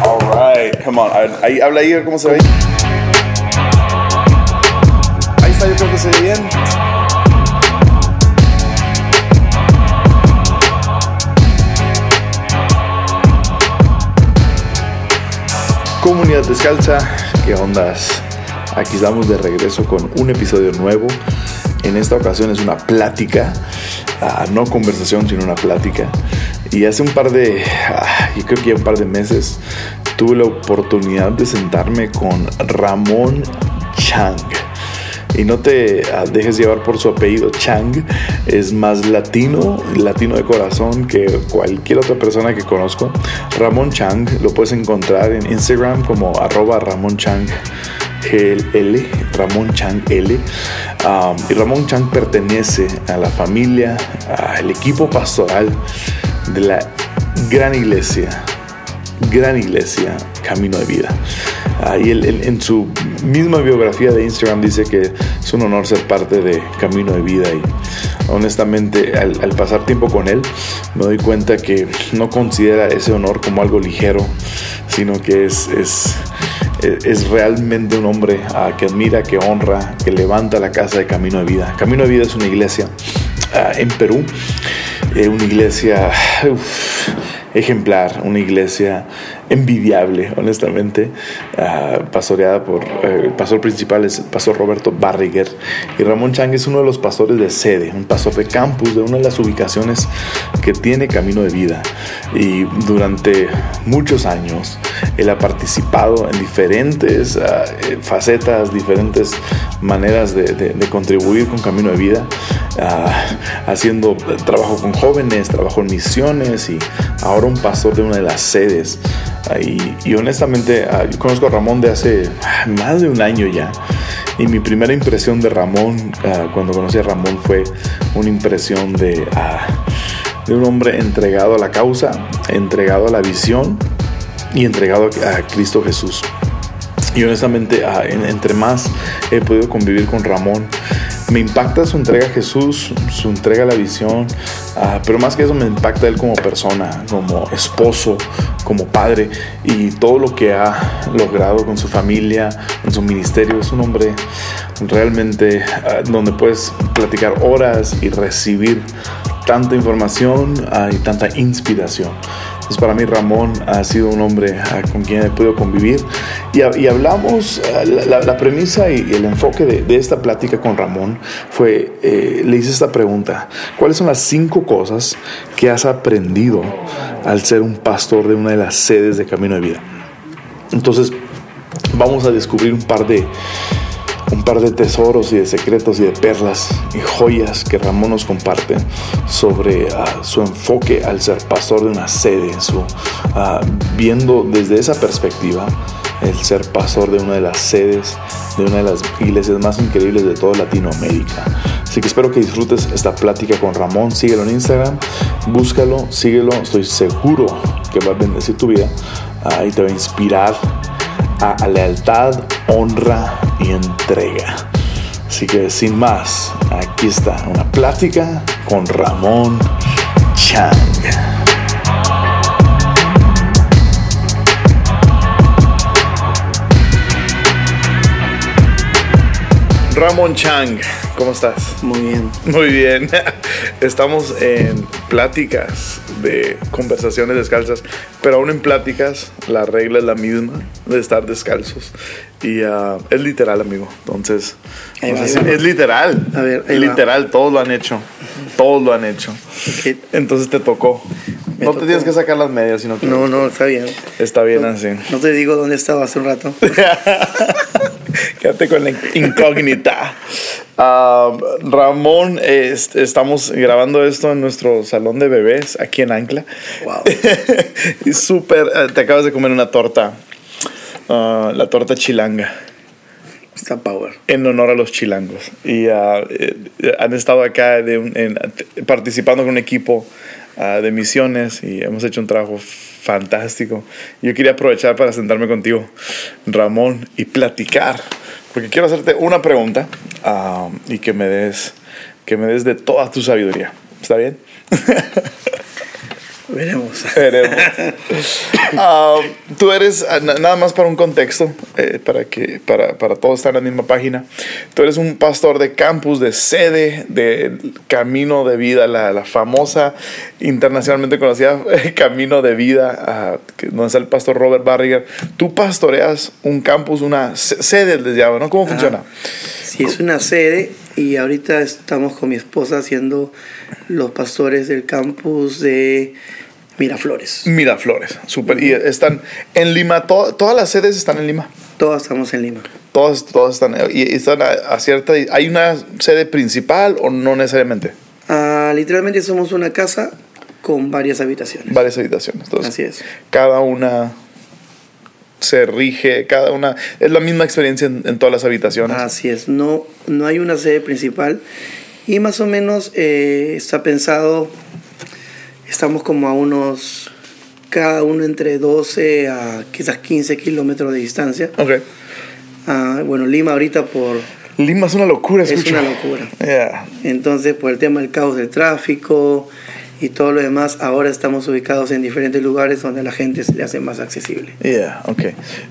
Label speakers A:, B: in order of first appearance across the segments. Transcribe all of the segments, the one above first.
A: Alright, come on. A ver, ahí habla ahí, a ver cómo se ve. Ahí está, yo creo que se ve bien. Comunidad Descalza, ¿qué ondas? Aquí estamos de regreso con un episodio nuevo. En esta ocasión es una plática, ah, no conversación, sino una plática. Y hace un par de, ah, yo creo que ya un par de meses, tuve la oportunidad de sentarme con Ramón Chang y no te ah, dejes llevar por su apellido Chang. Es más latino, latino de corazón que cualquier otra persona que conozco. Ramón Chang lo puedes encontrar en Instagram como arroba Ramón Chang. GLL, Ramón Chang L. Um, y Ramón Chang pertenece a la familia, al equipo pastoral de la gran iglesia gran iglesia, camino de vida. Ah, y él, él, en su misma biografía de Instagram dice que es un honor ser parte de Camino de Vida y honestamente al, al pasar tiempo con él me doy cuenta que no considera ese honor como algo ligero, sino que es, es, es- Eh, es realmente un hombre ah, que admira, que honra, que levanta la casa de Camino de Vida. Camino de Vida es una iglesia ah, en Perú, eh, una iglesia uf, ejemplar, una iglesia envidiable, honestamente, ah, pastoreada por eh, el pastor principal es el pastor Roberto Barriger y Ramón Chang es uno de los pastores de sede, un pastor de campus de una de las ubicaciones que tiene Camino de Vida y durante muchos años él ha participado en diferentes ah, eh, facetas, diferentes maneras de, de- de contribuir con Camino de Vida, ah, haciendo trabajo con jóvenes, trabajo en misiones y ahora un pastor de una de las sedes. Ah, y, y honestamente, ah, yo conozco a Ramón de hace ah, más de un año ya. Y mi primera impresión de Ramón, ah, cuando conocí a Ramón, fue una impresión de, ah, de un hombre entregado a la causa, entregado a la visión y entregado a a Cristo Jesús. Y honestamente, ah, en- entre más he podido convivir con Ramón, me impacta su entrega a Jesús, su entrega a la visión, ah, pero más que eso me impacta él como persona, como esposo, como padre y todo lo que ha logrado con su familia, en su ministerio. Es un hombre realmente ah, donde puedes platicar horas y recibir tanta información ah, y tanta inspiración. Entonces para mí Ramón ha sido un hombre ah, con quien he podido convivir y, ha- y hablamos, ah, la, la- la premisa y, y el enfoque de, de esta plática con Ramón fue, eh, le hice esta pregunta, ¿cuáles son las cinco cosas que has aprendido al ser un pastor de una de las sedes de Camino de Vida? Entonces vamos a descubrir un par de, un par de tesoros y de secretos y de perlas y joyas que Ramón nos comparte sobre ah, su enfoque al ser pastor de una sede, su, ah, viendo desde esa perspectiva el ser pastor de una de las sedes, de una de las iglesias más increíbles de toda Latinoamérica. Así que espero que disfrutes esta plática con Ramón, síguelo en Instagram, búscalo, síguelo, estoy seguro que va a bendecir tu vida ah, y te va a inspirar a, a lealtad, honra y entrega. Así que sin más, aquí está una plática con Ramón Chang. Ramón Chang, ¿cómo estás?
B: Muy bien.
A: Muy bien, estamos en pláticas de conversaciones descalzas, pero aún en pláticas la regla es la misma de estar descalzos y ah, es literal, amigo. Entonces,
B: Ahí
A: no
B: va,
A: sé
B: ahí
A: si-
B: va.
A: es literal,
B: A ver, ahí
A: es
B: va.
A: literal, todos lo han hecho, todos lo han hecho.
B: Ok.
A: Entonces te tocó.
B: Me
A: no te
B: tocó.
A: tienes que sacar las medias, sino que
B: No, no, está bien.
A: está bien así.
B: No te digo dónde estaba hace un rato.
A: Quédate con la incógnita. Ah, Ramón, eh, est- estamos grabando esto en nuestro salón de bebés aquí en Ancla.
B: Wow.
A: y súper, eh, te acabas de comer una torta, ah, la torta chilanga,
B: Está power.
A: en honor a los chilangos. Y ah, eh, eh, han estado acá de un- en- participando con un equipo ah, de misiones y hemos hecho un trabajo fantástico. Yo quería aprovechar para sentarme contigo, Ramón, y platicar, porque quiero hacerte una pregunta ah, y que me des que me des de toda tu sabiduría. ¿Está bien?
B: Veremos.
C: Veremos. Ah, tú eres, ah, na- nada más para un contexto, eh, para que para, para todos estar en la misma página, tú eres un pastor de campus, de sede, de Camino de Vida, la, la famosa, internacionalmente conocida eh, Camino de Vida, ah, que- donde está el pastor Robert Barriger. Tú pastoreas un campus, una se- sede, les llaman, ¿no? ¿Cómo funciona?
B: Sí, es una sede y ahorita estamos con mi esposa haciendo los pastores del campus de Miraflores.
C: Miraflores, súper. Y están en Lima, to- todas las sedes están en Lima.
B: Todos estamos en Lima.
C: Todas, todas están, y y están a, a cierta, ¿hay una sede principal o no necesariamente?
B: Ah, literalmente somos una casa con varias habitaciones.
C: Varias habitaciones. Entonces,
B: Así es.
C: Cada una se rige, cada una, es la misma experiencia en, en todas las habitaciones.
B: Así es, no, no hay una sede principal y más o menos eh, está pensado, estamos como a unos, cada uno entre 12 a quizás 15 kilómetros de distancia.
C: Ok.
B: Ah, bueno, Lima ahorita por,
C: Lima es una locura,
B: Es
C: escucho.
B: una locura.
C: Yeah.
B: entonces por el tema del caos del tráfico y todo lo demás, ahora estamos ubicados en diferentes lugares donde la gente se le hace más accesible.
C: Yeah, ok.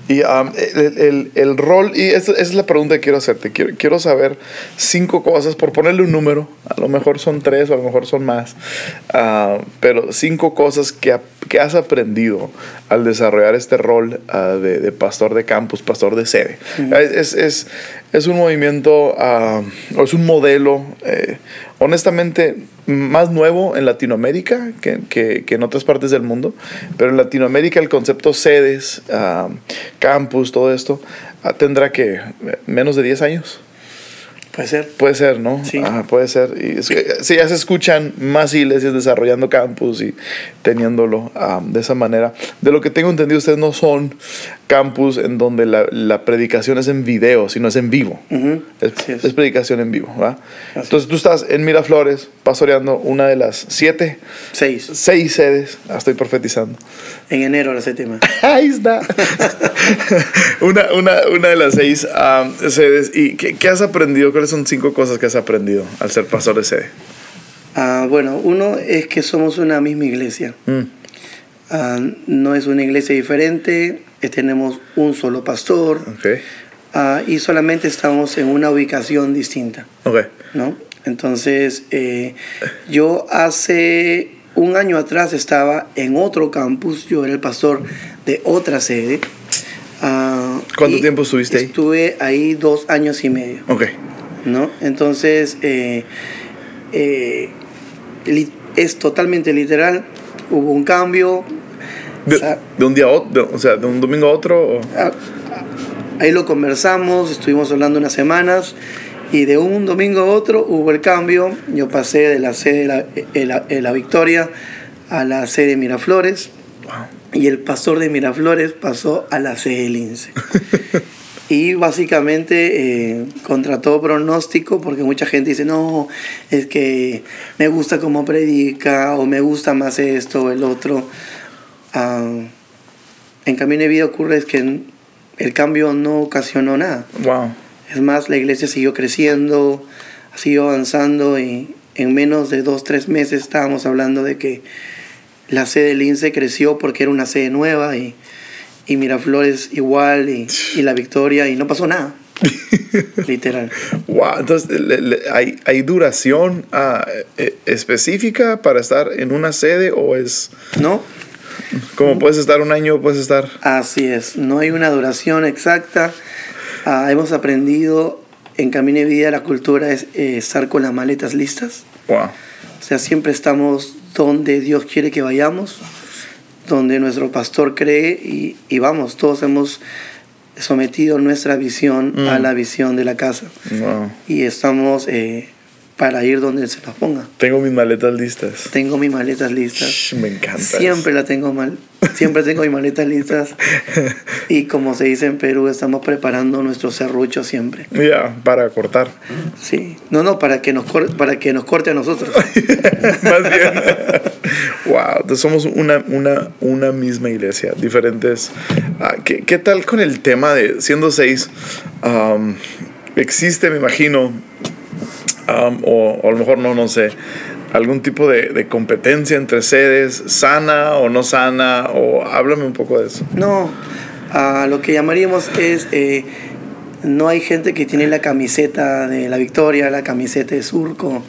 C: Y um, el, el- el rol, y esa, esa es la pregunta que quiero hacerte. Quiero, quiero saber cinco cosas, por ponerle un número, a lo mejor son tres o a lo mejor son más, ah, pero cinco cosas que, ap- que has aprendido al desarrollar este rol ah, de, de pastor de campus, pastor de sede. es, es- es- es un movimiento, ah, o es un modelo, eh, honestamente, más nuevo en Latinoamérica que, que- que en otras partes del mundo, pero en Latinoamérica el concepto sedes, ah, campus, todo esto, ah, tendrá que eh, menos de 10 años.
B: Puede ser.
C: Puede ser, ¿no?
B: Sí.
C: Ah, puede ser. Y es que, sí, ya se escuchan más iglesias desarrollando campus y teniéndolo ah, de esa manera. De lo que tengo entendido, ustedes no son campus en donde la, la predicación es en video, sino es en vivo.
B: Ujú,
C: Es,
B: así es.
C: es predicación en vivo, ¿verdad?
B: Así
C: Entonces tú estás en Miraflores pastoreando una de las siete,
B: Seis.
C: seis sedes. Ah, estoy profetizando.
B: En enero la séptima.
C: Ahí está. una, una, una de las seis am, sedes. ¿Y qué, qué has aprendido? ¿Cuáles son cinco cosas que has aprendido al ser pastor de sede?
B: Ah, bueno, uno es que somos una misma iglesia.
C: Mm.
B: Ah, no es una iglesia diferente, eh, tenemos un solo pastor
C: Ok.
B: ah, y solamente estamos en una ubicación distinta,
C: Ok.
B: ¿no? Entonces, eh, yo hace un año atrás estaba en otro campus, yo era el pastor de otra sede. Ah,
C: ¿Cuánto
B: y
C: tiempo estuviste ahí?
B: Estuve ahí dos años y medio.
C: Ok.
B: ¿no? Entonces, eh, eh, li- es totalmente literal. Hubo un cambio.
C: ¿De,
B: O sea-
C: de un día a otro? O sea, ¿de un domingo a otro? o-
B: Ah, Ahí lo conversamos, estuvimos hablando unas semanas. Y de un domingo a otro hubo el cambio. Yo pasé de la sede de la, de la- de la Victoria a la sede de Miraflores.
C: Wow.
B: Y el pastor de Miraflores pasó a la sede de Lince. Y básicamente eh, contra todo pronóstico, porque mucha gente dice, no, es que me gusta cómo predica, o me gusta más esto o el otro. Ah, en Camino de Vida ocurre es que el cambio no ocasionó nada.
C: Wow.
B: Es más, la iglesia siguió creciendo, siguió avanzando y en menos de dos, tres meses estábamos hablando de que la sede del INSE creció porque era una sede nueva y, y Miraflores igual y, y la victoria y no pasó nada. Literal.
C: Wow. Entonces, le- le- ¿hay, hay duración ah, eh, específica para estar en una sede o es
B: ¿No?
C: como puedes estar un año, puedes estar...
B: Así es, no hay una duración exacta. Ah, hemos aprendido en Camino de Vida la cultura es eh, estar con las maletas listas.
C: Wow.
B: O sea, siempre estamos donde Dios quiere que vayamos, donde nuestro pastor cree y, y vamos, todos hemos sometido nuestra visión a la visión de la casa
C: Wow.
B: y estamos eh, para ir donde se nos ponga.
C: Tengo mis maletas listas.
B: Tengo mis maletas listas.
C: Sh, Me encanta. eso.
B: Siempre la tengo mal, siempre tengo mis maletas listas y como se dice en Perú, estamos preparando nuestro serrucho siempre.
C: Ya, para cortar.
B: Sí. No, no, para que nos cor- para que nos corte a nosotros.
C: Más bien. wow, entonces somos una, una, una misma iglesia, diferentes. Ah, ¿qué, qué tal con el tema de siendo seis? Am, existe, me imagino, am, o, o a lo mejor no, no sé, algún tipo de, de competencia entre sedes, sana o no sana, o háblame un poco de eso.
B: No, a lo que llamaríamos es, eh, no hay gente que tiene la camiseta de la Victoria, la camiseta de Surco,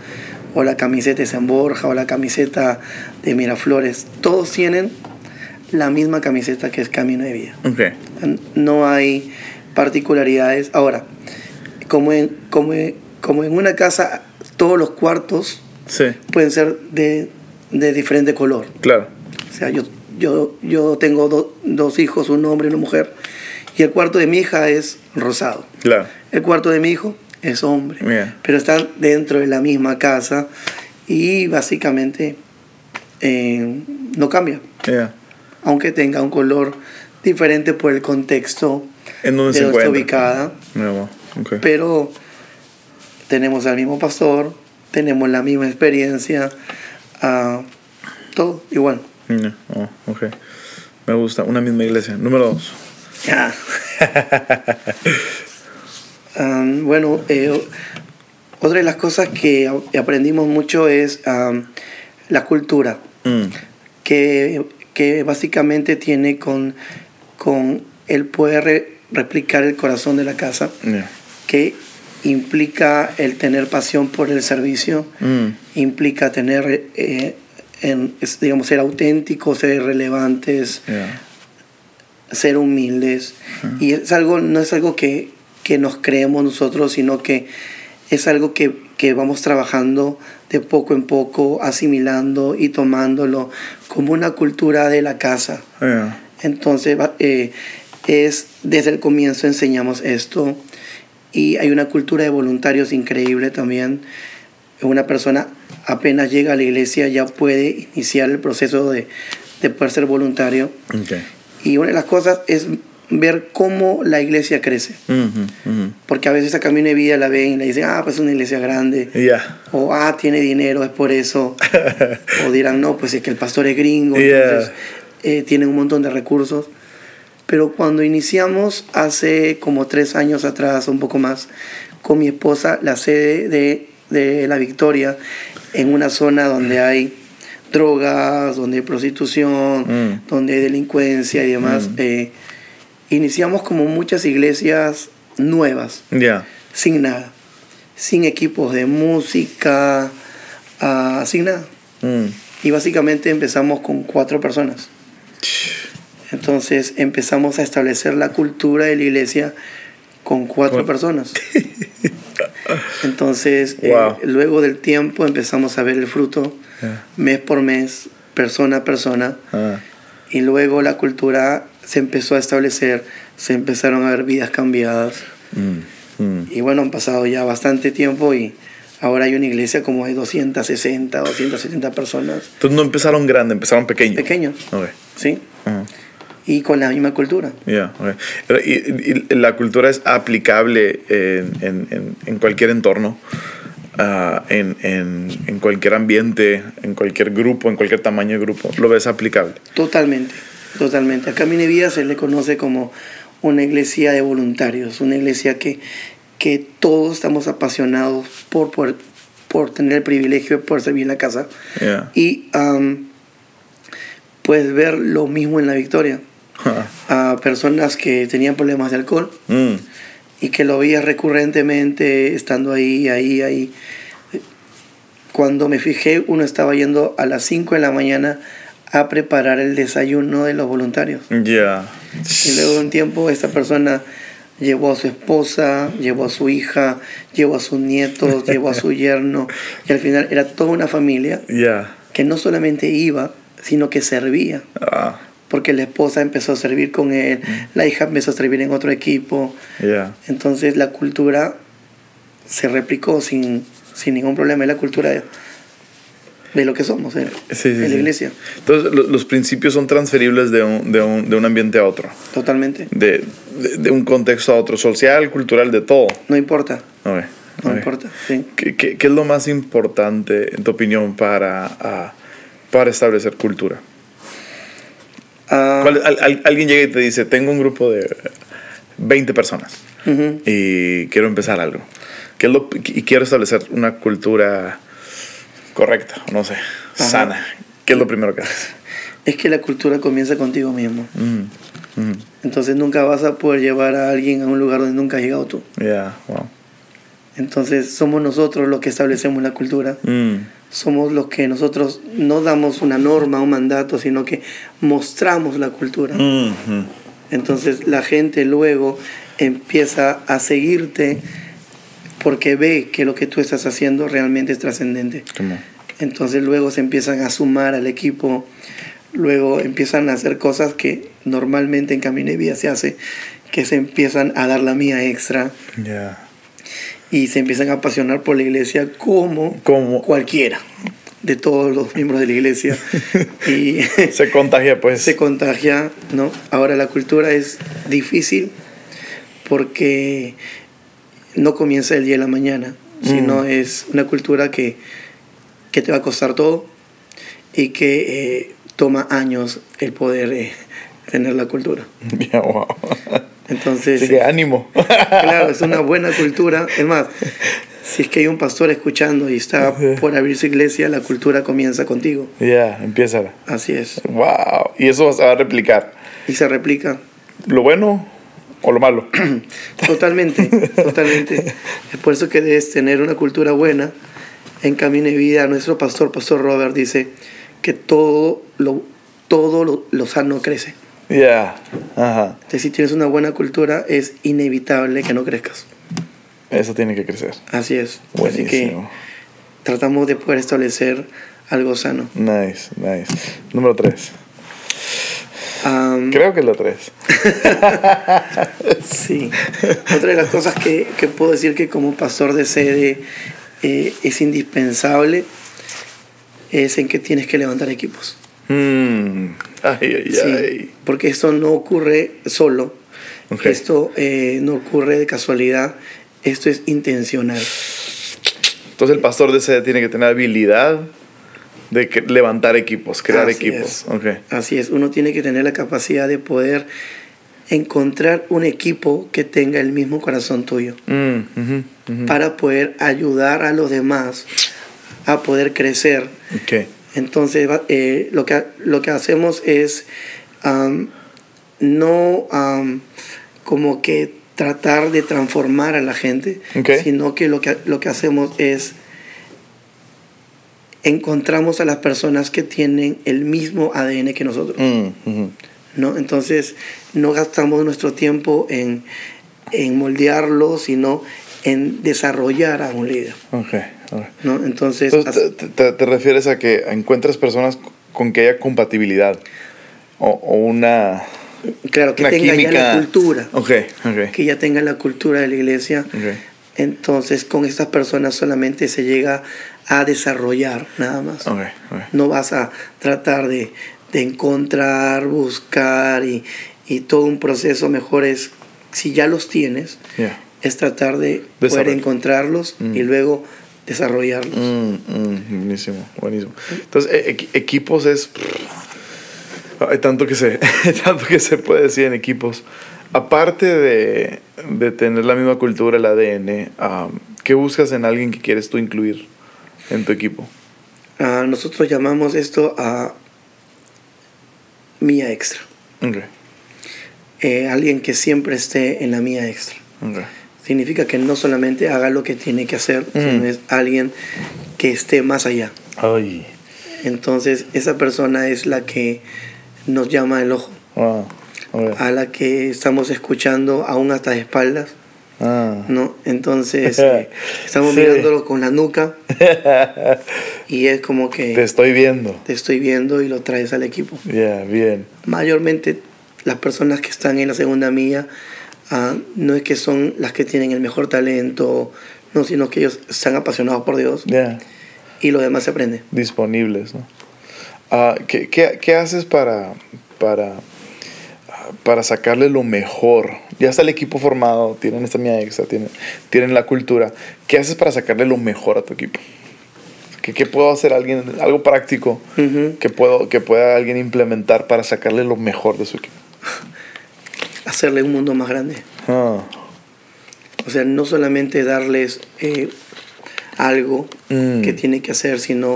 B: o la camiseta de San Borja, o la camiseta de Miraflores. Todos tienen la misma camiseta que es Camino de Vida.
C: Ok.
B: No hay particularidades. Ahora, como en, como en- como en una casa, todos los cuartos
C: Sí,
B: pueden ser de, de diferente color.
C: claro.
B: O sea, yo, yo, yo tengo do- dos hijos, un hombre y una mujer, y el cuarto de mi hija es rosado.
C: Claro.
B: El cuarto de mi hijo es hombre,
C: Bien.
B: pero están dentro de la misma casa y básicamente eh, no cambia,
C: ya.
B: aunque tenga un color diferente por el contexto
C: ¿En dónde
B: de
C: se
B: donde está
C: encuentra?
B: ubicada.
C: No, ok.
B: Pero tenemos al mismo pastor, tenemos la misma experiencia, ah, todo igual.
C: Ya, oh, ok. Me gusta. Una misma iglesia. Número dos.
B: Ya. Am, bueno, eh, otra de las cosas que a- aprendimos mucho es am, la cultura,
C: Mm,
B: que, que básicamente tiene con, con el poder re- replicar el corazón de la casa,
C: ya.
B: que implica el tener pasión por el servicio,
C: Mm,
B: implica tener, eh, en- es- digamos, ser auténticos, ser relevantes,
C: ya.
B: ser humildes. Y es algo, no es algo que, que nos creemos nosotros, sino que es algo que, que vamos trabajando de poco en poco, asimilando y tomándolo como una cultura de la casa.
C: Ah, Ya.
B: Entonces, va- eh, es desde el comienzo enseñamos esto y hay una cultura de voluntarios increíble también. Una persona apenas llega a la iglesia ya puede iniciar el proceso de, de poder ser voluntario.
C: Ok.
B: Y una de las cosas es ver cómo la iglesia crece.
C: Mhm, mhm.
B: Porque a veces a Camino de Vida la ven y le dicen, ah, pues es una iglesia grande.
C: Ya.
B: O, ah, tiene dinero, es por eso. o dirán, no, pues es que el pastor es gringo,
C: Yeah.
B: entonces eh, tienen un montón de recursos. Pero cuando iniciamos hace como tres años atrás, un poco más, con mi esposa, la sede de, de La Victoria, en una zona donde hay drogas, donde hay prostitución,
C: Mm.
B: donde hay delincuencia y demás, eh, iniciamos como muchas iglesias nuevas
C: Ya.
B: sin nada, sin equipos de música, ah, sin nada.
C: Mm.
B: Y básicamente empezamos con cuatro personas. Entonces empezamos a establecer la cultura de la iglesia con cuatro
C: Con-
B: personas. Entonces, eh,
C: Wow.
B: luego del tiempo empezamos a ver el fruto
C: Ya.
B: mes por mes, persona a persona.
C: Ah,
B: Y luego la cultura se empezó a establecer, se empezaron a ver vidas cambiadas.
C: mm, mm.
B: Y bueno, han pasado ya bastante tiempo y ahora hay una iglesia como de 260, 270 personas,
C: Entonces no empezaron grande, empezaron pequeño.
B: pequeños,
C: Ok. Mm.
B: ¿sí?
C: Ajá.
B: Y con la misma cultura.
C: Ya, ok. Pero, y, y la cultura es aplicable en, en- en- en cualquier entorno, ah, en, en- en cualquier ambiente, en cualquier grupo, en cualquier tamaño de grupo. Lo ves aplicable.
B: Totalmente, totalmente. A Camino y Vida se le conoce como una iglesia de voluntarios, una iglesia que, que todos estamos apasionados por, por, por tener el privilegio de poder servir en la casa.
C: Ya.
B: Y am, puedes ver lo mismo en la victoria.
C: Ah,
B: A personas que tenían problemas de alcohol,
C: mm,
B: y que lo veía recurrentemente estando ahí, ahí, ahí. Cuando me fijé, uno estaba yendo a las 5 de la mañana a preparar el desayuno de los voluntarios.
C: Ya.
B: Y luego de un tiempo esta persona llevó a su esposa, llevó a su hija, llevó a sus nietos, llevó a su yerno. Y al final era toda una familia
C: Ya.
B: que no solamente iba, sino que servía
C: Ah,
B: porque la esposa empezó a servir con él, la hija empezó a servir en otro equipo.
C: ya.
B: Entonces la cultura se replicó sin, sin ningún problema. Es la cultura de, de lo que somos, de,
C: Sí, sí,
B: de la
C: sí.
B: iglesia,
C: Entonces lo- los principios son transferibles de un- de un- de un ambiente a otro,
B: totalmente.
C: de, de- de un contexto a otro, social, cultural, de todo.
B: No importa,
C: Ok,
B: no
C: ok.
B: importa. sí.
C: ¿Qué, qué, qué es lo más importante, en tu opinión, para, ah, para establecer cultura?
B: Ah,
C: ¿Cuál- al- al- alguien llega y te dice, tengo un grupo de 20 personas
B: ujú.
C: y quiero empezar algo. ¿Qué es lo, y quiero establecer una cultura correcta, no sé, sana. ¿Qué es lo primero que haces?
B: Es que la cultura comienza contigo mismo.
C: Mm, mm,
B: Entonces nunca vas a poder llevar a alguien a un lugar donde nunca has llegado tú.
C: yeah, wow.
B: Entonces somos nosotros los que establecemos la cultura.
C: Mm,
B: Somos los que nosotros no damos una norma, un mandato, sino que mostramos la cultura.
C: mm, mm.
B: Entonces la gente luego empieza a seguirte porque ve que lo que tú estás haciendo realmente es trascendente.
C: Como,
B: Entonces luego se empiezan a sumar al equipo, luego empiezan a hacer cosas que normalmente en Camino y Vida se hace, que se empiezan a dar la mía extra
C: yeah.
B: y se empiezan a apasionar por la iglesia como
C: Como-
B: cualquiera de todos los miembros de la iglesia y
C: Se contagia, pues.
B: se contagia, ¿no? Ahora la cultura es difícil porque no comienza el día de la mañana, sino es una cultura que, que te va a costar todo y que eh, toma años el poder eh, tener la cultura.
C: Yeah, wow.
B: Entonces, eh,
C: Así que ánimo.
B: claro, es una buena cultura. Es más, si es que hay un pastor escuchando y está por abrir su iglesia, la cultura comienza contigo.
C: yeah, empieza.
B: Así es.
C: Wow. Y eso se va a replicar.
B: Y se replica.
C: ¿Lo bueno o lo malo?
B: Totalmente, totalmente. Es por eso que debes tener una cultura buena. En Camino y Vida, nuestro pastor, Pastor Robert, dice que todo lo, todo lo, lo sano crece.
C: yeah. Ajá.
B: Entonces, si tienes una buena cultura, es inevitable que no crezcas.
C: Eso tiene que crecer.
B: Así es. Así que
C: Buenísimo.
B: tratamos de poder establecer algo sano.
C: Nice, nice. Número 3.
B: Am,
C: Creo que es la 3.
B: Sí. Otra de las cosas que, que puedo decir que como pastor de sede eh, es indispensable es en que tienes que levantar equipos.
C: Ay, ay,
B: Mm. Sí,
C: ay.
B: porque esto no ocurre solo.
C: Ok.
B: Esto eh, no ocurre de casualidad. Esto es intencional.
C: Entonces el pastor de sede tiene que tener habilidad de que- levantar equipos, crear
B: Así
C: equipos.
B: es.
C: Ok.
B: Así es. Uno tiene que tener la capacidad de poder encontrar un equipo que tenga el mismo corazón tuyo
C: Mm, ujú, ujú.
B: para poder ayudar a los demás a poder crecer.
C: Ok.
B: Entonces va- eh, lo, que, ha- lo que hacemos es am, no am, como que tratar de transformar a la gente,
C: Ok.
B: sino que lo, que lo que hacemos es encontramos a las personas que tienen el mismo ADN que nosotros.
C: Mm, ujú.
B: ¿no? Entonces, no gastamos nuestro tiempo en, en moldearlo, sino en desarrollar a un líder.
C: Ok, ok.
B: ¿no? Entonces, as-
C: Entonces, te, te- te refieres a que encuentres personas con que haya compatibilidad o, o una,
B: claro, que
C: una
B: tenga
C: química.
B: ya la cultura,
C: Ok, ok.
B: que ya tenga la cultura de la iglesia.
C: ok.
B: Entonces, con estas personas solamente se llega a desarrollar, nada más.
C: Ok, ok.
B: No vas a tratar de, de encontrar, buscar y, y todo un proceso. Mejor es, si ya los tienes,
C: Yeah.
B: es tratar de poder
C: Desarrollo.
B: encontrarlos y luego desarrollarlos.
C: Mm, mm, buenísimo, buenísimo. Entonces, e- equi- equipos es. Hay tanto que se, tanto que se puede decir en equipos. Aparte de, de tener la misma cultura, el ADN, um, ¿qué buscas en alguien que quieres tú incluir en tu equipo?
B: Ah, nosotros llamamos esto a mía extra.
C: Ok,
B: Eh, alguien que siempre esté en la mía extra.
C: ok.
B: Significa que no solamente haga lo que tiene que hacer, sino es alguien que esté más allá.
C: Ay.
B: Entonces, esa persona es la que nos llama el ojo,
C: Wow. ok.
B: a la que estamos escuchando aún hasta de espaldas,
C: Ah.
B: ¿no? Entonces, eh, estamos
C: Sí.
B: mirándolo con la nuca y es como
C: Te
B: que
C: estoy viendo.
B: te estoy viendo y lo traes al equipo.
C: Ya, bien.
B: Mayormente, las personas que están en la segunda milla ah, no es que son las que tienen el mejor talento, no, sino que ellos están apasionados por Dios
C: Ya.
B: y lo demás se aprende.
C: disponibles. ¿no? Ah, ¿qué, qué, qué haces para, para, ah, para sacarle lo mejor? Ya está el equipo formado, tienen esta mía extra, tienen, tienen la cultura. ¿Qué haces para sacarle lo mejor a tu equipo? ¿Qué, qué puedo hacer alguien, algo práctico
B: Ujú.
C: que, puedo, que pueda alguien implementar para sacarle lo mejor de su equipo?
B: Hacerle un mundo más grande.
C: Ah,
B: O sea, no solamente darles eh, algo
C: Mm.
B: que tiene que hacer, sino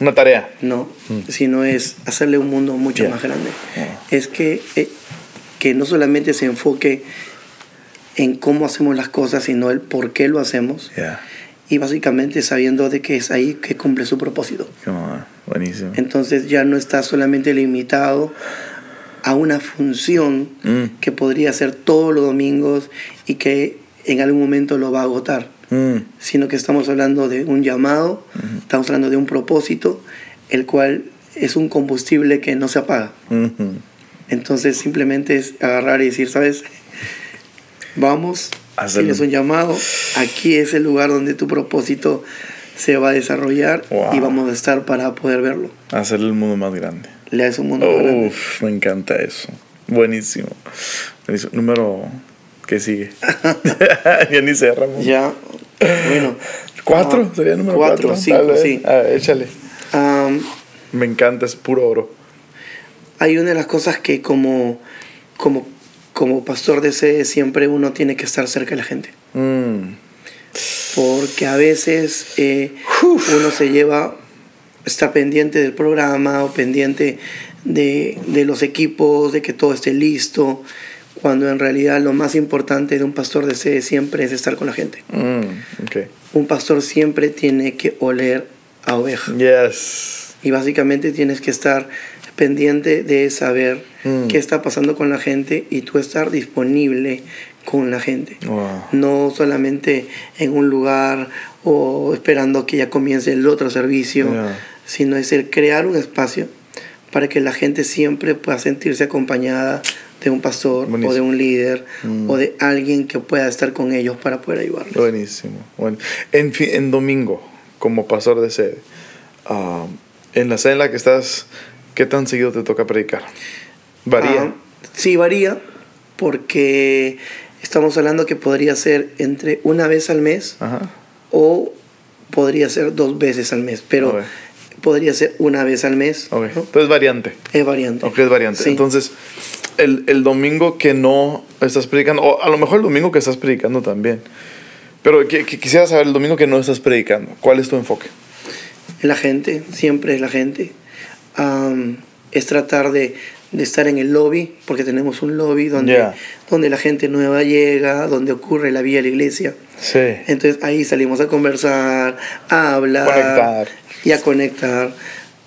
C: Una tarea.
B: no, sino es hacerle un mundo mucho
C: Yeah.
B: más grande.
C: Yeah.
B: Es que, eh, que no solamente se enfoque en cómo hacemos las cosas, sino el por qué lo hacemos.
C: Yeah.
B: Y básicamente sabiendo de que es ahí que cumple su propósito.
C: Come on. Buenísimo.
B: Entonces ya no está solamente limitado a una función
C: Mm.
B: que podría hacer todos los domingos y que en algún momento lo va a agotar,
C: Mm.
B: sino que estamos hablando de un llamado, estamos hablando de un propósito, el cual es un combustible que no se apaga.
C: Mhm.
B: Entonces simplemente es agarrar y decir, ¿sabes? Vamos,
C: Hacerlo.
B: tienes un llamado, aquí es el lugar donde tu propósito se va a desarrollar
C: Wow.
B: y vamos a estar para poder verlo.
C: Hacerle el mundo más grande.
B: Le das un mundo más
C: Oh,
B: grande.
C: Uf, me encanta eso. Buenísimo. Buenísimo. Número que sigue. ya ni cerramos.
B: Ya, bueno.
C: ¿Cuatro?
B: Ah,
C: Sería número
B: cuatro,
C: cuatro.
B: cinco,
C: Dale,
B: sí.
C: a ver, échale.
B: Am,
C: Me encanta, es puro oro.
B: hay una de las cosas que como, como, como pastor de sede siempre uno tiene que estar cerca de la gente.
C: Mm.
B: porque a veces eh, uno se lleva, está pendiente del programa o pendiente de, de los equipos, de que todo esté listo, cuando en realidad lo más importante de un pastor de sede siempre es estar con la gente.
C: Mm. Ok.
B: Un pastor siempre tiene que oler a oveja
C: Yes.
B: y básicamente tienes que estar pendiente de saber
C: Mm.
B: qué está pasando con la gente y tú estar disponible con la gente
C: Wow.
B: no solamente en un lugar o esperando que ya comience el otro servicio,
C: Yeah.
B: sino es el crear un espacio para que la gente siempre pueda sentirse acompañada de un pastor
C: Buenísimo.
B: o de un líder
C: Mm.
B: o de alguien que pueda estar con ellos para poder ayudarlos.
C: Buenísimo. Bueno, en, fin, en domingo, como pastor de sede, ah, en la sede en la que estás, ¿qué tan seguido te toca predicar? Varía.
B: Ah, sí, varía porque estamos hablando que podría ser entre una vez al mes
C: Ajá.
B: o podría ser dos veces al mes, pero
C: Ok.
B: podría ser una vez al mes.
C: Ok.
B: ¿no?
C: Entonces, variante.
B: Es variante.
C: Ok, es variante.
B: Sí.
C: Entonces, el, el domingo que no estás predicando, o a lo mejor el domingo que estás predicando también, pero qui- qui- quisiera saber el domingo que no estás predicando, ¿cuál es tu enfoque?
B: La gente, siempre es la gente. Am, es tratar de, de estar en el lobby, porque tenemos un lobby donde,
C: Ya.
B: donde la gente nueva llega, donde ocurre la vida de la iglesia.
C: Sí.
B: Entonces ahí salimos a conversar, a hablar
C: Conectar.
B: y a conectar.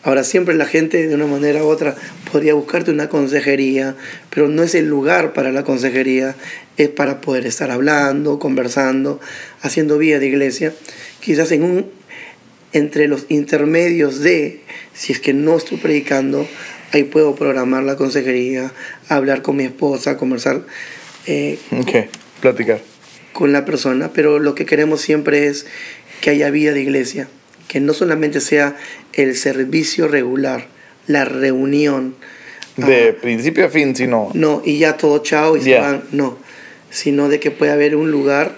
B: Ahora siempre la gente de una manera u otra podría buscarte una consejería, pero no es el lugar para la consejería, es para poder estar hablando, conversando, haciendo vía de iglesia. Quizás en un, entre los intermedios de, si es que no estoy predicando, ahí puedo programar la consejería, hablar con mi esposa, conversar eh,
C: Ok, platicar.
B: con la persona, pero lo que queremos siempre es que haya vida de iglesia, que no solamente sea el servicio regular, la reunión,
C: De principio a fin, sino...
B: no, y ya todo chao y se
C: Ya.
B: van, no, sino de que pueda haber un lugar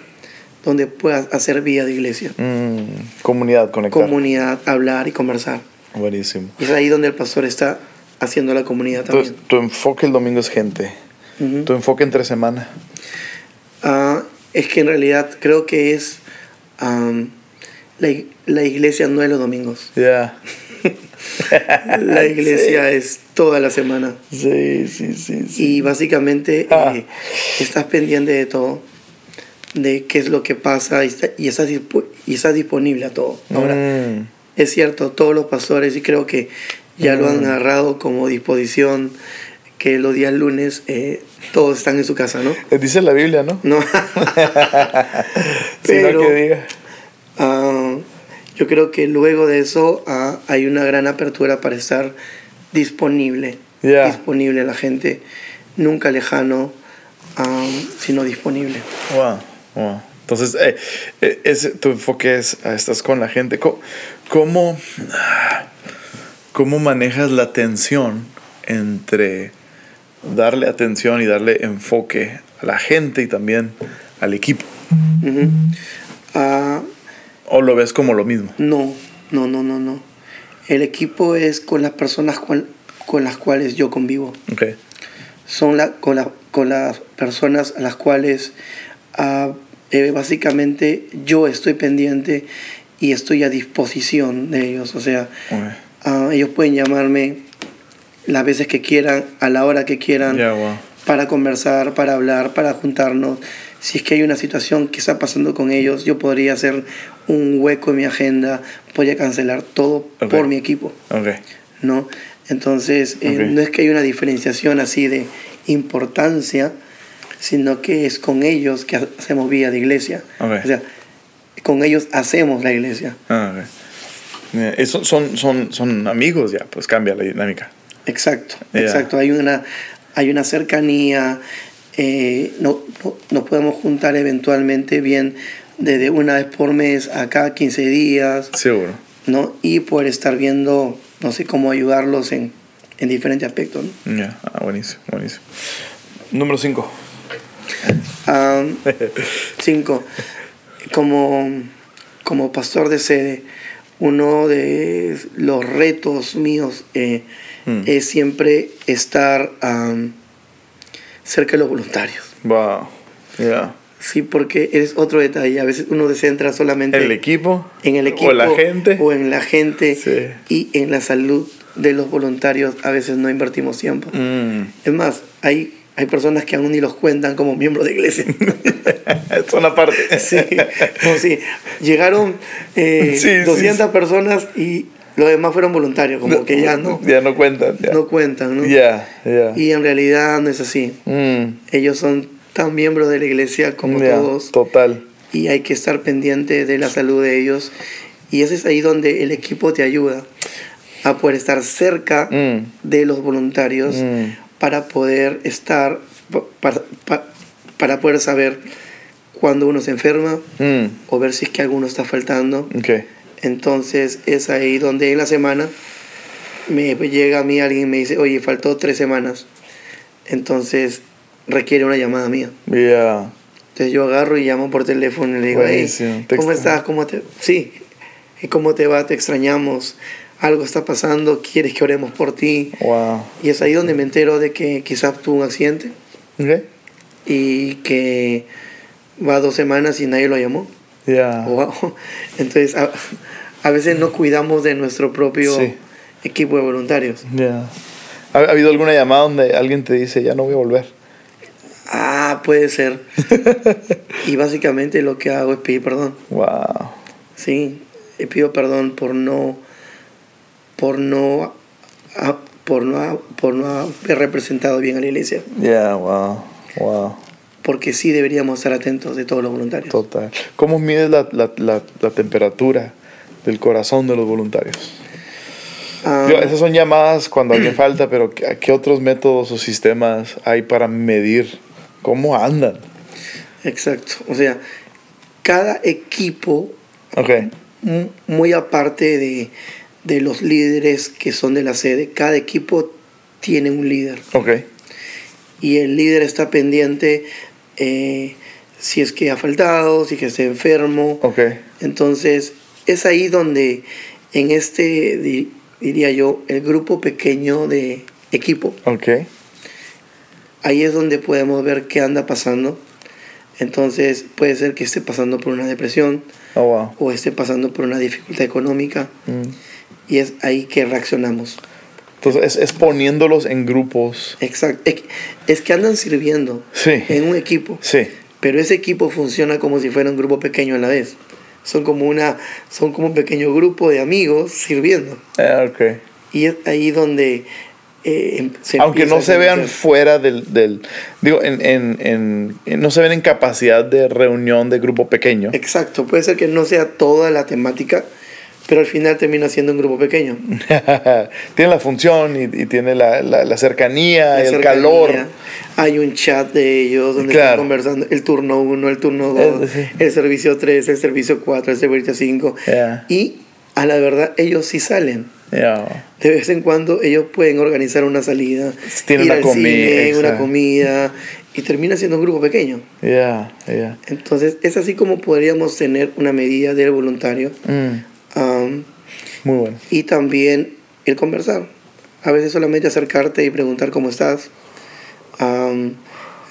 B: donde puedas hacer vida de iglesia,
C: Mm, comunidad, conectar.
B: comunidad, hablar y conversar.
C: Buenísimo.
B: Y es ahí donde el pastor está haciendo la comunidad
C: Entonces,
B: también.
C: tu enfoque el domingo es gente.
B: Ujú.
C: Tu enfoque entre semana.
B: Ah, es que en realidad creo que es am, la, ig- la iglesia no es los domingos.
C: Ya.
B: La iglesia es toda la semana.
C: Sí, sí, sí. sí.
B: Y básicamente
C: Ah.
B: eh, estás pendiente de todo, de qué es lo que pasa y, está- y estás, dispu- y estás disponible a todo. Ahora,
C: Mm,
B: es cierto, todos los pastores, y creo que ya lo
C: Mm.
B: han agarrado como disposición, que los días lunes eh, todos están en su casa, ¿no?
C: eh, Dice la Biblia, ¿no?
B: No.
C: Si no,
B: Pero-
C: que diga.
B: Ah, yo creo que luego de eso ah, hay una gran apertura para estar disponible.
C: Ya.
B: Disponible a la gente, nunca lejano, ah, sino disponible.
C: Wow, wow. Entonces, eh, eh, ese, tu enfoque es, ah, estás con la gente. Co- ¿Cómo, ah, cómo manejas la tensión entre darle atención y darle enfoque a la gente y también al equipo?
B: Ujú. Ah,
C: ¿O lo ves como lo mismo?
B: no, no, no, no, no. El equipo es con las personas cual- con las cuales yo convivo.
C: Ok.
B: Son la, con, la- con las personas a las cuales ah, eh, básicamente yo estoy pendiente y estoy a disposición de ellos. O sea, ah, ellos pueden llamarme las veces que quieran, a la hora que quieran,
C: Ya, wow.
B: para conversar, para hablar, para juntarnos. Si es que hay una situación que está pasando con ellos, yo podría hacer un hueco en mi agenda, podría cancelar todo
C: Ok.
B: por mi equipo,
C: Ok.
B: ¿no? Entonces, eh,
C: Ok.
B: no es que haya una diferenciación así de importancia, sino que es con ellos que ha- hacemos vida de iglesia.
C: Ok.
B: O sea, con ellos hacemos la iglesia.
C: Ah, ok. Mira, eso- son, son, son amigos ya, pues cambia la dinámica.
B: Exacto,
C: Ya.
B: exacto. Hay una, hay una cercanía. eh, no, no- nos podemos juntar eventualmente bien desde una vez por mes a cada 15 días,
C: Seguro.
B: ¿no? Y poder estar viendo, no sé cómo ayudarlos en, en diferentes aspectos. ¿no?
C: Ya, ah, buenísimo, buenísimo. Número 5.
B: Ah, cinco, como, como pastor de sede, uno de los retos míos eh,
C: Mm.
B: es siempre estar am, cerca de los voluntarios.
C: Wow. Ya.
B: Sí, porque es otro detalle. A veces uno se centra solamente
C: El equipo.
B: en el equipo
C: O la gente.
B: o en la gente
C: Sí.
B: y en la salud de los voluntarios. A veces no invertimos tiempo.
C: Mm.
B: Es más, hay, hay personas que aún ni los cuentan como miembros de iglesia.
C: es una parte.
B: Sí, como si llegaron eh,
C: Sí, sí,
B: 200 personas y los demás fueron voluntarios, como que ya no,
C: Ya no cuentan. Ya,
B: no cuentan, ¿no?
C: ya. ya.
B: Y en realidad no es así.
C: Mm,
B: Ellos son tan miembros de la iglesia como
C: ya,
B: todos
C: Total.
B: y hay que estar pendiente de la salud de ellos. Y ese es ahí donde el equipo te ayuda a poder estar cerca
C: Mm.
B: de los voluntarios
C: Mm.
B: para poder estar, pa- para, pa- para poder saber cuando uno se enferma,
C: Mm,
B: o ver si es que alguno está faltando.
C: ok.
B: Entonces es ahí donde en la semana me llega a mí alguien y me dice, oye, faltó tres semanas. Entonces requiere una llamada mía.
C: Ya.
B: Entonces yo agarro y llamo por teléfono y le digo, hey,
C: Buenísimo, te
B: ¿cómo
C: extraño".
B: estás? ¿Cómo te... Sí, ¿Y ¿cómo te va? Te extrañamos. Algo está pasando, quieres que oremos por ti.
C: Wow.
B: Y es ahí donde me entero de que quizás tuvo un accidente
C: Ok.
B: y que va dos semanas y nadie lo llamó.
C: Ya.
B: Wow. Entonces, a, a veces no cuidamos de nuestro propio
C: Sí.
B: equipo de voluntarios.
C: Ya. ¿Ha, ha habido alguna llamada donde alguien te dice, ya no voy a volver?
B: Ah, puede ser. y básicamente lo que hago es pedir perdón.
C: Wow.
B: Sí, y pido perdón por no por no a- por no a- por no haber representado bien a la iglesia,
C: Ya, wow. Wow.
B: porque sí deberíamos estar atentos de todos los voluntarios.
C: Total. ¿Cómo mides la, la, la, la temperatura del corazón de los voluntarios?
B: Ah,
C: Digo, esas son llamadas cuando alguien falta, pero ¿qué, qué otros métodos o sistemas hay para medir cómo andan?
B: exacto. O sea, cada equipo
C: Ok.
B: mu- muy aparte de, de los líderes que son de la sede, cada equipo tiene un líder
C: Ok.
B: y el líder está pendiente eh, si es que ha faltado, si es que está enfermo.
C: Ok.
B: Entonces, es ahí donde en este, di- diría yo, el grupo pequeño de equipo,
C: Ok.
B: ahí es donde podemos ver qué anda pasando. Entonces, puede ser que esté pasando por una depresión
C: Oh, wow.
B: o esté pasando por una dificultad económica.
C: Mm.
B: Y es ahí que reaccionamos.
C: Entonces, es, es poniéndolos en grupos.
B: Exacto. Es, que- es que andan sirviendo
C: Sí.
B: en un equipo.
C: Sí.
B: Pero ese equipo funciona como si fuera un grupo pequeño a la vez. Son como, una, son como un pequeño grupo de amigos sirviendo.
C: Ah, ok.
B: Y es ahí donde eh, em- se
C: Aunque
B: empieza
C: no
B: a
C: se vean
B: conocer.
C: fuera del, del- digo, en, en- en- en- no se ven en capacidad de reunión de grupo pequeño.
B: Exacto. Puede ser que no sea toda la temática, pero al final termina siendo un grupo pequeño.
C: tiene la función y, y tiene la, la- la cercanía,
B: La
C: Ah, el
B: cercanía,
C: calor.
B: Hay un chat de ellos donde
C: Claro.
B: están conversando el turno 1, el turno 2,
C: Eh, sí.
B: el servicio 3, el servicio 4, el servicio 5.
C: Yeah.
B: Y a la verdad, ellos sí salen.
C: Ya.
B: De vez en cuando ellos pueden organizar una salida,
C: Tienen
B: ir
C: una
B: al
C: comi-
B: cine, una
C: exacto.
B: comida, y termina siendo un grupo pequeño.
C: Ya, ya.
B: Entonces, es así como podríamos tener una medida del voluntario
C: Mm,
B: am,
C: Muy bueno.
B: y también el conversar. A veces solamente acercarte y preguntar cómo estás, am,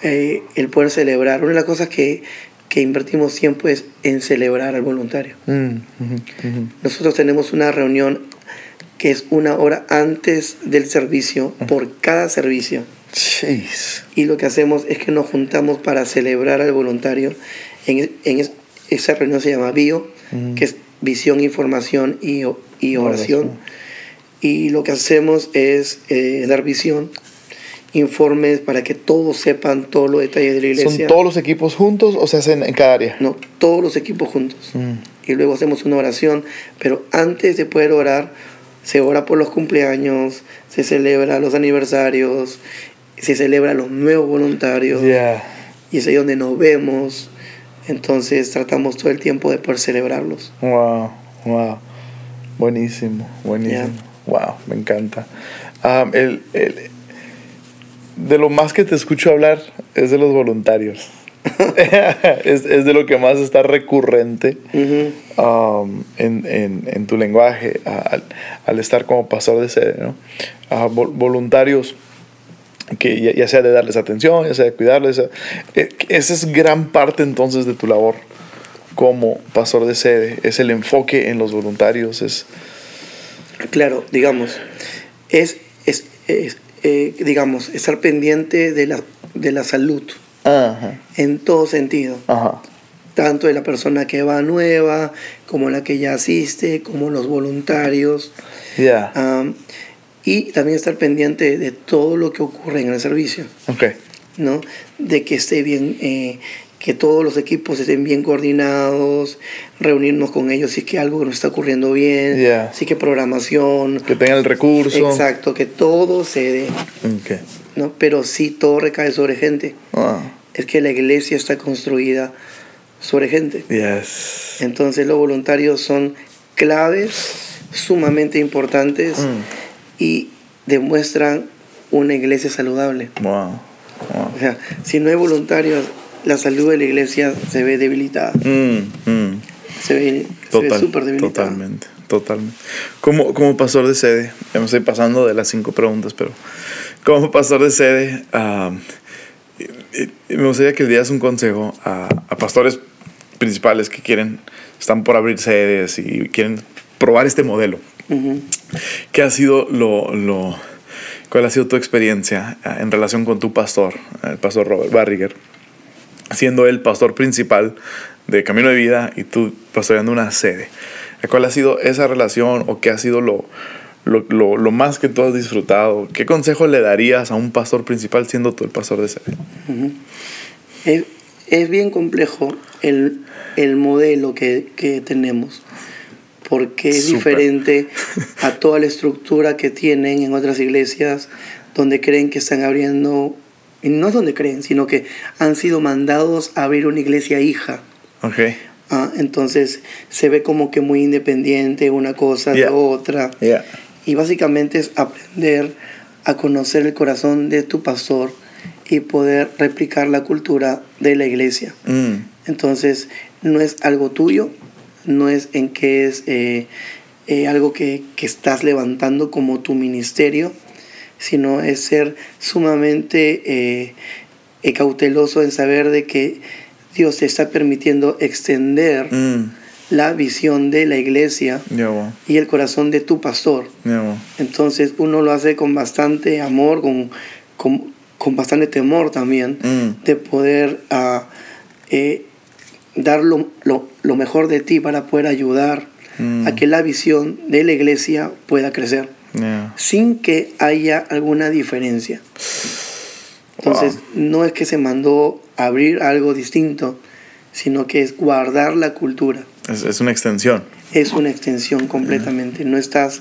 B: eh, el poder celebrar. Una de las cosas que, que invertimos tiempo es en celebrar al voluntario.
C: Mm, ujú, ujú.
B: Nosotros tenemos una reunión que es una hora antes del servicio, por cada servicio.
C: Jeez.
B: Y lo que hacemos es que nos juntamos para celebrar al voluntario. En, e, en es- esa reunión se llama BIO,
C: Mm.
B: que es visión, información y, o- y oración.
C: Oración.
B: Y lo que hacemos es eh, dar visión, informes para que todos sepan todos los detalles de la
C: ¿Son
B: iglesia.
C: todos los equipos juntos o se hacen en cada área?
B: no, todos los equipos juntos.
C: Mm.
B: y luego hacemos una oración, pero antes de poder orar, se ora por los cumpleaños, se celebra los aniversarios, se celebra los nuevos voluntarios,
C: Yeah.
B: y es ahí donde nos vemos, entonces tratamos todo el tiempo de poder celebrarlos.
C: Wow, wow. Buenísimo, buenísimo. Wow, me encanta. Am, el, el- de lo más que te escucho hablar es de los voluntarios. es, es de lo que más está recurrente
B: Ujú.
C: um, en, en- en tu lenguaje a- al, al estar como pastor de sede, ¿no? A vol- voluntarios que ya, ya sea de darles atención, ya sea de cuidarles. ya- eh, Esa es gran parte entonces de tu labor como pastor de sede, es el enfoque en los voluntarios, es...
B: Claro, digamos, es, es, es, eh, digamos, estar pendiente de la, de la salud
C: Ajá,
B: en todo sentido.
C: ajá.
B: tanto de la persona que va nueva, como la que ya asiste, como los voluntarios,
C: Ya,
B: Am, y también estar pendiente de todo lo que ocurre en el servicio,
C: ok.
B: ¿no? De que esté bien, eh, que todos los equipos estén bien coordinados, reunirnos con ellos si es que algo nos está ocurriendo bien,
C: Yeah.
B: si es que programación,
C: Que tengan el recurso.
B: exacto, que todo se dé,
C: Ok.
B: ¿no? Pero sí todo recae sobre gente.
C: Ah,
B: Es que la iglesia está construida sobre gente.
C: yes.
B: Entonces los voluntarios son claves sumamente importantes
C: Mm,
B: y demuestran una iglesia saludable.
C: Wow. wow.
B: O sea, si no hay voluntarios, la salud de la iglesia se ve debilitada.
C: Mm, mm.
B: Se ve se ve
C: Total,
B: súper debilitada.
C: totalmente, totalmente. Como, como pastor de sede, ya me estoy pasando de las cinco preguntas, pero como pastor de sede, ah, eh, eh, me gustaría que le dieras un consejo a, a pastores principales que quieren, están por abrir sedes y quieren probar este modelo.
B: Ujú.
C: ¿Qué ha sido lo, lo- cuál ha sido tu experiencia ah, en relación con tu pastor, el pastor Robert Barriger, siendo el pastor principal de Camino de Vida y tú pastoreando una sede? ¿Cuál ha sido esa relación o qué ha sido lo, lo, lo- lo más que tú has disfrutado? ¿Qué consejo le darías a un pastor principal siendo tú el pastor de sede?
B: Es, es bien complejo el, el modelo que, que tenemos, porque es
C: Súper.
B: diferente a toda la estructura que tienen en otras iglesias, donde creen que están abriendo, y no es donde creen, sino que han sido mandados a abrir una iglesia hija.
C: Ok.
B: Ah, entonces se ve como que muy independiente una cosa de
C: Yeah.
B: otra. Y básicamente es aprender a conocer el corazón de tu pastor y poder replicar la cultura de la iglesia.
C: Mm,
B: Entonces, no es algo tuyo, no es en que es eh, eh, algo que, que estás levantando como tu ministerio, sino es ser sumamente eh, eh, cauteloso en saber de que Dios te está permitiendo extender
C: mm.
B: la visión de la iglesia
C: Ya, wow.
B: y el corazón de tu pastor.
C: Ya, wow.
B: Entonces uno lo hace con bastante amor, con, con, con bastante temor también,
C: Mm.
B: de poder ah, eh, dar lo, lo- lo mejor de ti para poder ayudar
C: Mm.
B: a que la visión de la iglesia pueda crecer,
C: Ya.
B: sin que haya alguna diferencia. Entonces no es que se mandó a abrir algo distinto, sino que es guardar la cultura.
C: Es, es una extensión.
B: es una extensión completamente. No estás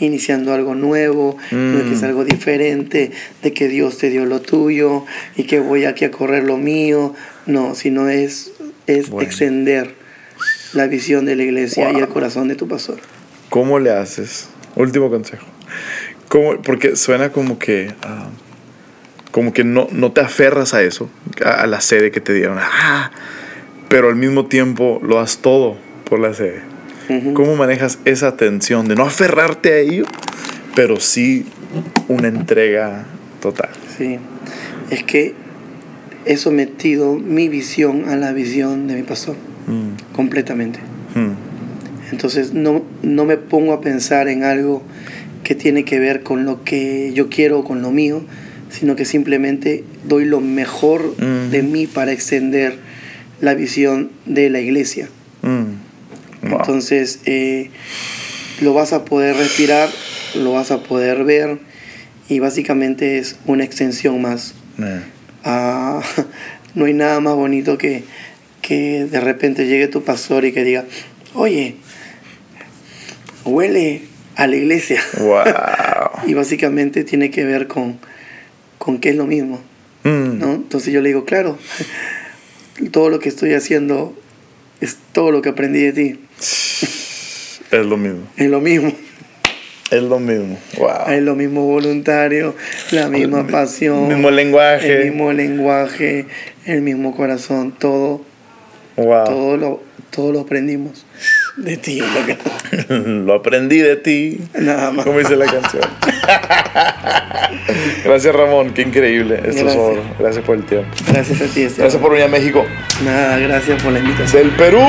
B: iniciando algo nuevo, no es que es
C: Mm.
B: algo diferente, de que Dios te dio lo tuyo y que voy aquí a correr lo mío. No, sino es, es
C: Bueno.
B: extender la visión de la iglesia y el
C: Wow.
B: corazón de tu pastor.
C: ¿Cómo le haces? Último consejo. ¿Cómo- porque suena como que, ah, como que no, no te aferras a eso, a, a la sede que te dieron. Ah, pero al mismo tiempo lo das todo por la sede.
B: Ujú.
C: ¿Cómo manejas esa tensión de no aferrarte a ello, pero sí una entrega total?
B: Sí. Es que he sometido mi visión a la visión de mi pastor,
C: Mm,
B: completamente.
C: mm,
B: Entonces no, no me pongo a pensar en algo que tiene que ver con lo que yo quiero o con lo mío, sino que simplemente doy lo mejor
C: Ujú.
B: de mí para extender la visión de la iglesia.
C: mm. Wow.
B: Entonces eh, lo vas a poder respirar, lo vas a poder ver y básicamente es una extensión más
C: Eh,
B: Ah, no hay nada más bonito que, que de repente llegue tu pastor y que diga, oye, huele a la iglesia.
C: Wow.
B: Y básicamente tiene que ver con, con que es lo mismo,
C: Mm,
B: ¿no? Entonces yo le digo, claro, todo lo que estoy haciendo es todo lo que aprendí de ti,
C: Es lo mismo.
B: es lo mismo.
C: Es lo mismo.
B: Es
C: Wow.
B: lo mismo voluntario, la misma pasión,
C: mismo lenguaje.
B: el mismo lenguaje, el mismo corazón, todo
C: Wow.
B: Todo lo, todo lo aprendimos de ti, loco.
C: Lo aprendí de ti.
B: Nada más.
C: Como dice la canción. Gracias, Ramón. Qué increíble. Esto es
B: Gracias.
C: oro. Gracias por el tiempo.
B: Gracias a ti, Esteban.
C: Gracias por venir a México.
B: Nada, gracias por la invitación.
C: Del Perú.